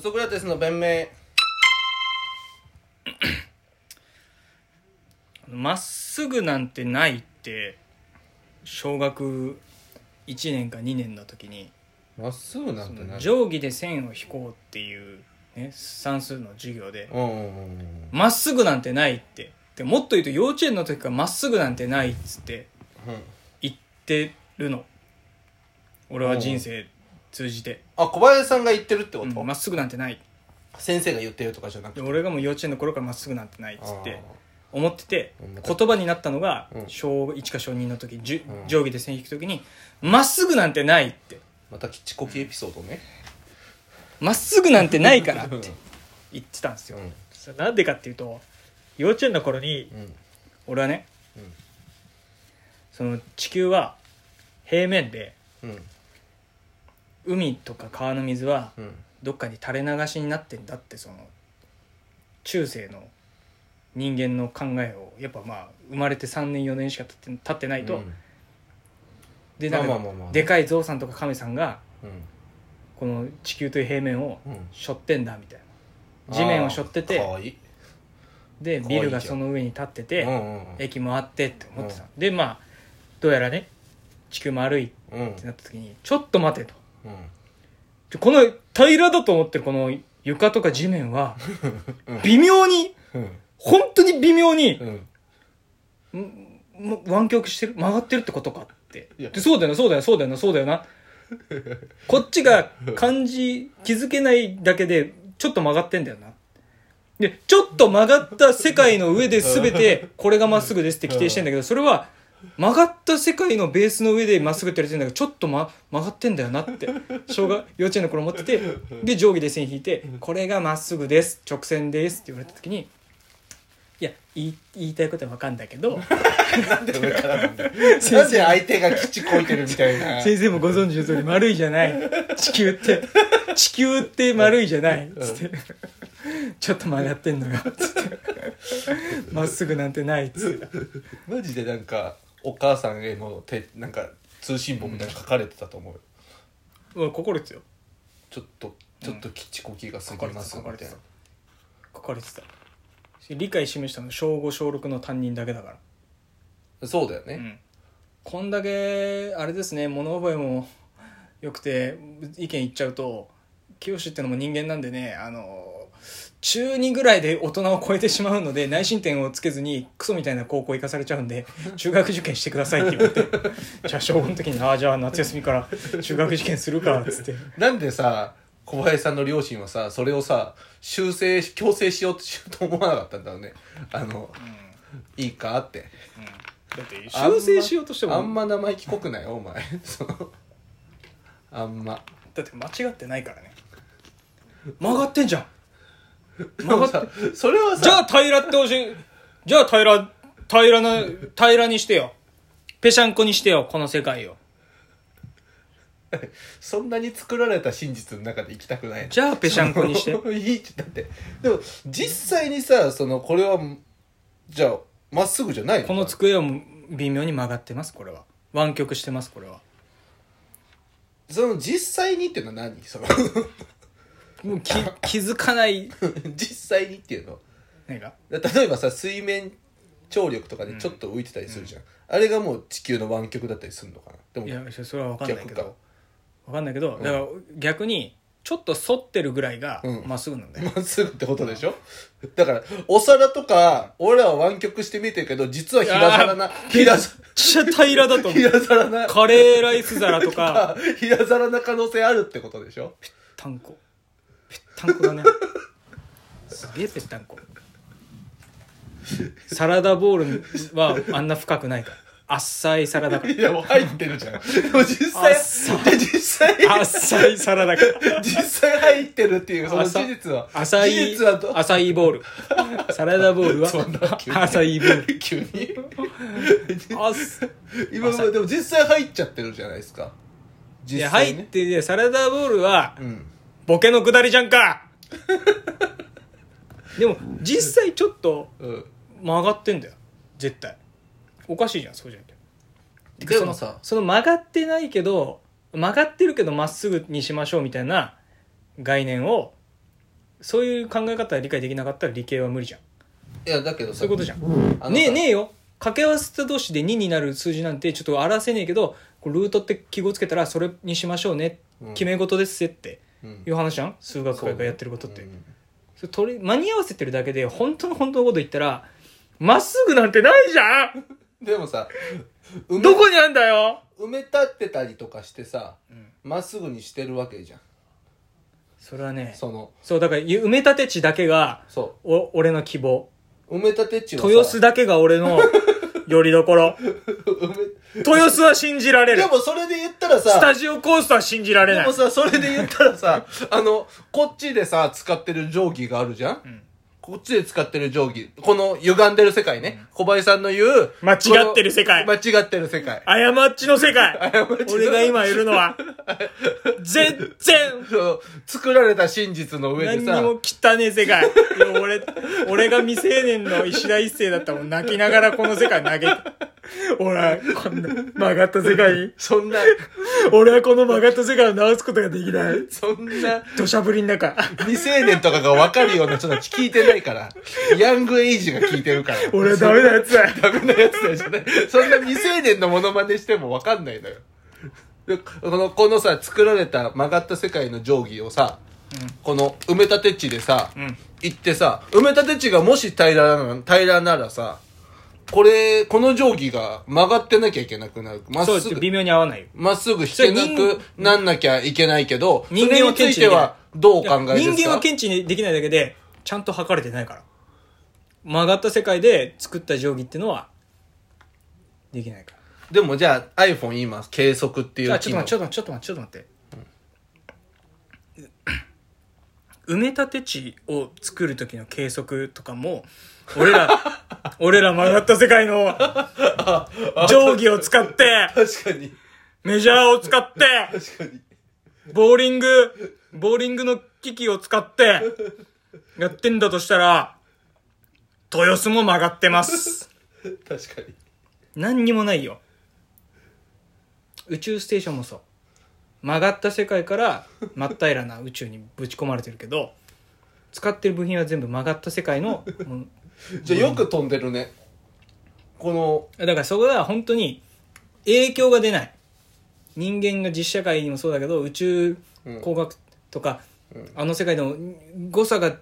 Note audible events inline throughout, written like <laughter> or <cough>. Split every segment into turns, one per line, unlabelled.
ソクラテスの弁明
まっすぐなんてないって小学1年か2年の時に
まっすぐなんてない
定規で線を引こうっていう、ね、算数の授業で
うんうんうんうん
まっすぐなんてないってでもっと言うと幼稚園の時からまっすぐなんてないっつって
うん
言ってるの俺は人生通じて
あ小林さんが言ってるってこ
うん
と、
ま、っすぐなんてない
先生が言ってるとかじゃなく
で
て
俺がもう幼稚園の頃からまっすぐなんてないっつって思ってて
うんまた
言葉になったのが
うん
小1か小2の時じゅ
うん
定規で線引く時に「まっすぐなんてない」って
またきちこきエピソードね
「まっすぐなんてないから」っ
うん
て言ってたんですよ
うん
それなんでかっていうと幼稚園の頃に
うん
俺はね
うん
その地球は平面で
うん
海とか川の水は
うん
どっかに垂れ流しになってんだってその中世の人間の考えをやっぱまあ生まれて3年4年しか経って経ってないと、
うん
で
ま
な
あ
ん
まあ
か
まあまあ
でかいゾウさんとかカメさんが
う
この地球という平面を
んうん
背負ってんだみたいな地面を背負ってて
あーかわいい
でビルがその上に立ってて、
うんうんうん
駅もあってって思ってた、でまあどうやらね地球も悪いっ
うんうん
てなった時にちょっと待てとでこの平らだと思ってるこの床とか地面は
<laughs> うん
微妙に
うん
本当に微妙に
うん
んも湾曲してる曲がってるってことかって
いや
でそうだよなそうだよなそうだよなそうだ
<laughs>
よなこっちが感じ気づけないだけでちょっと曲がってんだよなでちょっと曲がった世界の上で全てこれがまっすぐですって規定してんだけどそれは曲がった世界のベースの上でまっすぐって言われてんだけどちょっと、ま、曲がってんだよなって小学幼稚園の頃思っててで定規で線引いて「これがまっすぐです直線です」って言われた時にいや言い言いたいことは分かんだけど
なんで上からなんだよなんで相手がきちこいてるみたいな
先生もご存知の通り丸いじゃない地球って地球って丸いじゃないつってちょっと曲がってんのよつってまっすぐなんてないつって
マジでなんかお母さんへの手なんか通信簿みたいなの書かれてたと思うよ
うわ心ですよ
ちょっとちょっときちこきが過ぎます
書か
みた
れて
い
た
な
書かれてた理解示したの小5小6の担任だけだか
そうだよ
ら、う
ね
ん、こんだけあれですね物覚えもよくて意見言っちゃうと清ってのも人間なんでねあの中2ぐらいで大人を超えてしまうので内申点をつけずにクソみたいな高校行かされちゃうんで中学受験してくださいって言われて
<laughs>
じゃあ小5の時に「ああじゃあ夏休みから中学受験するか」っつって
なんでさ小林さんの両親はさそれをさ修正し強制しようとしようと思わなかったんだろうねあの、いいかって
だって修正しようとしても
あんま生意気濃くないよお前そのあん
<laughs>
ま
だって間違ってないからね曲がってんじゃん
でもさそれはさ
じゃあ平らってほしいじゃあ平ら平らな平らにしてよぺしゃんこにしてよこの世界を
そんなに作られた真実の中で生きたくない
じゃあぺしゃんこにして
<laughs> いいだってでも実際にさそのこれはじゃあまっすぐじゃない
この机を微妙に曲がってますこれは湾曲してますこれは
その実際にっていうのは何その
もうき気づかない
<laughs> 実際にっていうの
何が
例えばさ水面張力とかでちょっと浮いてたりするじゃん、あれがもう地球の湾曲だったりするのかなで
い
も
やそれは分かんないけ
逆か
ど分かんないけどだから逆にちょっと反ってるぐらいが
うん
まっすぐなんだよ、
まっすぐってことでしょだからお皿とか俺らは湾曲して見てるけど実は平皿 <laughs> な平皿
めっちゃ平らだと思う
平皿な
カレーライス皿と
あ
か
<laughs> 平皿な可能性あるってことでしょ
たんこぺったんこだね <laughs> すげえぺったんこサラダボウルはあんな深くないから浅いサラダか
<laughs>
ら
いやもう入ってるじ <laughs> ゃんでも実際
あっそう
で実際
浅いサラダから
実際入ってるっていうその
浅
事実は
浅
事
い
実はど
浅いボールサラダボウルは
そんな急に
浅いボー
<laughs>
ル
急に
あっす
<laughs> 今まででも実際入っちゃってるじゃないですか
い
実
や
際
入
ね
っててサラダボウルは
うん
ボケのくだりじゃんかでも実際ちょっと
うん
曲がってんだよ絶対おかしいじゃんそうじゃんけ
でもさ
その曲がってないけど曲がってるけどまっすぐにしましょうみたいな概念をそういう考え方は理解できなかったら理系は無理じゃん
いやだけどさ
そういうことじゃん
あのさ
ねえねえよ掛け合わせた同士で2になる数字なんてちょっと表せねえけどこうルートって記号つけたらそれにしましょうね、
うん
決め事ですって
うん
いう話じゃん数学
そう
会
ね
がやってることって、
うん
それ取り間に合わせてるだけで本当の本当のこと言ったらまっすぐなんてないじゃん
でもさ埋
どこにあんだよ
め埋め立ってたりとかしてさ
ん
ま、っすぐにしてるわけじゃん
それはね
その
そうだから埋め立て地だけが
そ
お俺の希望
う埋め立て地をさ
豊洲だけが俺のよりどころ
<laughs> 埋
豊洲は信じられ
め
る
でもそれで言ったら
ス
さ
タジオコーストは信じられ
で
ない
もさそれで言ったらさあのこっちでさ使ってる定規があるじゃん、
ん
こっちで使ってる定規この歪んでる世界ね、小林さんの言う
間違ってる世界
この間違ってる世界
過っちの世
<laughs>
界
っちの
<laughs> 俺が今いるのは全然
そう作られた真実の上
何
で
に
さ
も汚ねえ世界いや俺俺が未成年の石田一世だったらもう泣きながらこの世界投げて俺はこんな曲がった世界に
そんな
俺はこの曲がった世界を直すことができない
そんな
土砂降りの中
未成年とかが分かるような人たち聞いてないからヤングエイジが聞いてるから
俺はダメなやつだ
ダメなやつだよね。そんな未成年のモノマネしてもわかんないのよ。でこの、このさ、作られた曲がった世界の定規をさ、この埋め立て地でさ、
ん
行ってさ、埋め立て地がもし平らなの平らならさ、これ、この定規が曲がってなきゃいけなくなる。まっ
そう
す
ちょっと
ぐ
微、妙に合わないよ
まっすぐ引けなくなんなきゃいけないけど、それ
人間は
についてはどうお考えですか
人間は検知できないだけでちゃんと測れてないから曲がった世界で作った定規ってのはできないから
でもじゃあ iPhone 今、計測ってい
あ
う
ち
機
ょっ
能。
と待ってちょっと待ってちょっと待って、う埋め立て地を作る時の計測とかも
<laughs>
俺ら俺ら曲がった世界の定規を使って
確かに、
メジャーを使って
確かに。
ボーリングボーリングの機器を使ってやってんだとしたら豊洲も曲がってます
確かに。
何にもないよ宇宙ステーションもそう曲がった世界から真っ平らな宇宙にぶち込まれてるけど使ってる部品は全部曲がった世界のもの
じゃあよく飛んでるね。この、
だからそこは本当に影響が出ない人間が実社会にもそうだけど宇宙工学とか、あの世界の誤差が、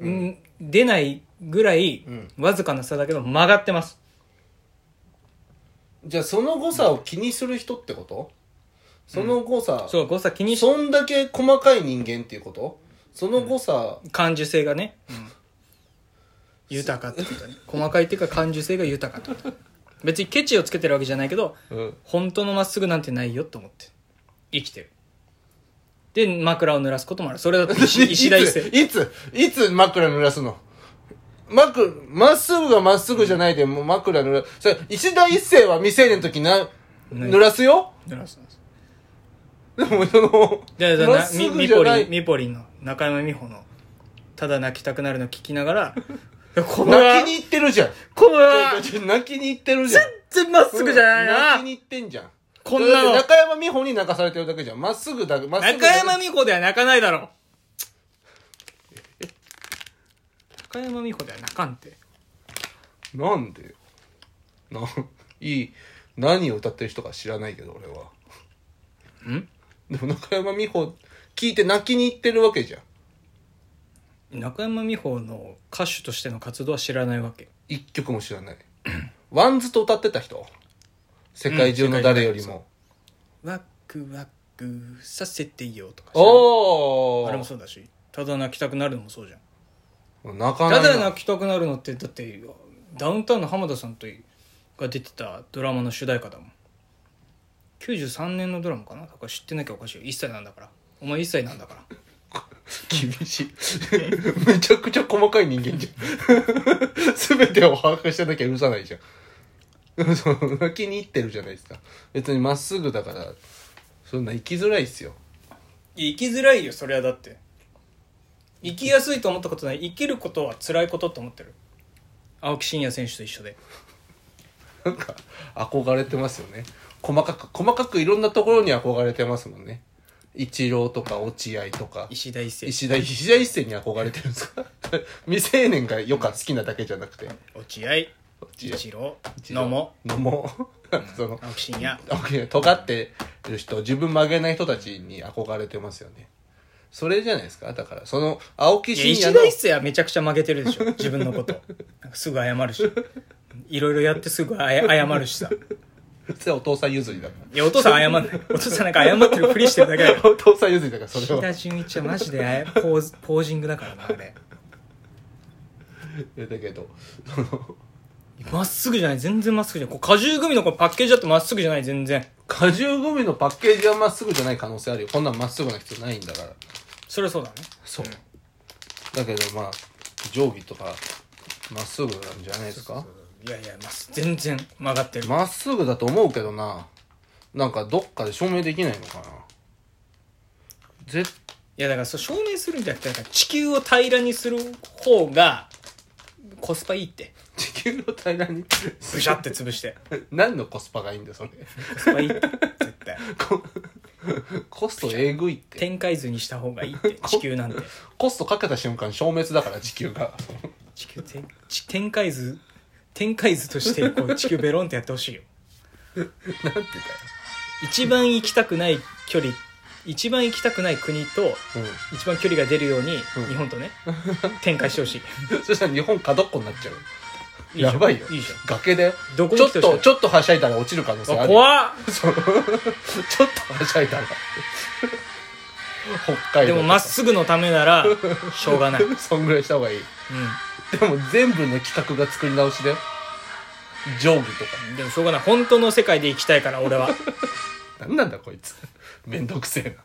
んん出ないぐらい
ん
わずかな差だけど曲がってます
じゃあその誤差を気にする人ってことその誤差、
そう誤差気にし
そんだけ細かい人間っていうことその誤差、
感受性がね、豊かってことね細かいっていうか感受性が豊かってこと別にケチをつけてるわけじゃないけど
うん
本当のまっすぐなんてないよと思って生きてるで枕を濡らすこともあるそれだって
<laughs>
石石田一世
いついついつ枕濡らすの枕まっすぐがまっすぐじゃないで、もう枕濡らすそれ石田一世は未成年の時な
ね
濡らすよ
濡らすんです
でもその
でだ
まっ
な
す
み
ぐ
み
じゃ
ぽ
な
りん
い
みぽりんの中山美穂の「ただ泣きたくなる」の聞きな
<laughs>
がらこの
泣きに行ってるじゃん
この
ちょちょ泣きに行ってるじゃん
全然まっすぐじゃない
泣き
な
に行ってんじゃん
こんなの
だって中山美穂に泣かされてるだけじゃんまっすぐだまっすぐ
中
だ
山美穂では泣かない
<laughs>
だろ中山美穂では泣かんて
なんでよないい何を歌ってる人か知らないけど俺は
ん
でも中山美穂聞いて泣きに行ってるわけじゃん
中山美穂の歌手としての活動は知らないわけ
一曲も知らないワンズと歌ってた人世界中の誰よりも、
ワクワクさせてよとか
お
あれも
ー
そうだしただ泣きたくなるのもそうじゃん
泣かな
た
い
だ
な
泣きたくなるのってだってダウンタウンの浜田さんとが出てたドラマの主題歌だもん93年のドラマかなだから知ってなきゃおかしいよ1歳なんだからお前1歳なんだから
厳しい <laughs> めちゃくちゃ細かい人間じゃん <laughs> 全てを把握してなきゃ許さないじゃん <laughs> その泣きに行ってるじゃないですか別にまっすぐだからそんな生きづらいっすよ
いや生きづらいよそれはだって生きやすいと思ったことない生きることは辛いことと思ってる青木真也選手と一緒で
なんか憧れてますよね細かく細かくいろんなところに憧れてますもんね一郎とか落合とか
石田一世
石田石田一世に憧れてるんですか <laughs> 未成年がよか好きなだけじゃなくて
落合
落合
一郎
一郎
野茂
のも <laughs> その
青木真也
青木尖ってる人自分曲げない人たちに憧れてますよねそれじゃないですかだからその青木
いや
真
石
也
田
の
一世はめちゃくちゃ負けてるでし <laughs> ょ自分のことなんかすぐ謝るしいろいろやってすぐあや謝るしさ
それはお父さん譲りだか
いやお父さん謝んないお父さんなんか謝ってるふりしてるだけだよ
らお父さん譲りだからそれ
石
は
田純一はマジであやポーズポージングだからなあれ
いやだけどその
まっすぐじゃない全然まっすぐじゃないこう果汁グミのこのパッケージだってまっすぐじゃない全然
果汁グミのパッケージはまっすぐじゃない可能性あるよこんなんまっすぐな人ないんだから
それはそうだね
そうだけどまあ定規とかまっすぐなんじゃないですか
いやいやまっす全然曲がってる
まっすぐだと思うけどななんかどっかで証明できないのかな絶
いやだからそう証明するんじゃなくてだから地球を平らにする方がコスパいい <laughs> って
地球の平らに
ブシャって潰して
何のコスパがいいんだよそれ <laughs>
コスパいいって絶対
こコストえぐいって
展開図にした方がいいって <laughs> 地球なんて
コストかけた瞬間消滅だから地球
<laughs>
が
地球て地展開図展開図としてこう地球ベロンってやってほしいよ
なんて
一番行きたくない距離一番行きたくない国と
言う
一番距離が出るように
うん
日本とね、展開してほしい
か、うん、そしたら日本角っこになっちゃう
<laughs> いいじゃん
やばいよ
いいじゃん
崖だよ
どこ
ち
に
ょ
来
って
ほしい
とちょっとはしゃいだら落ちる可能性あ
あ
るよ
怖っ
そうちょっとはしゃいだら北海
で
道
もまっすぐのためならしょうがない、うん、
そんぐらいした方がいいでも全部の企画が作り直しだよ定規とか
でもしょうがない本当の世界で生きたいから俺は
何なんだこいつめんどくせえな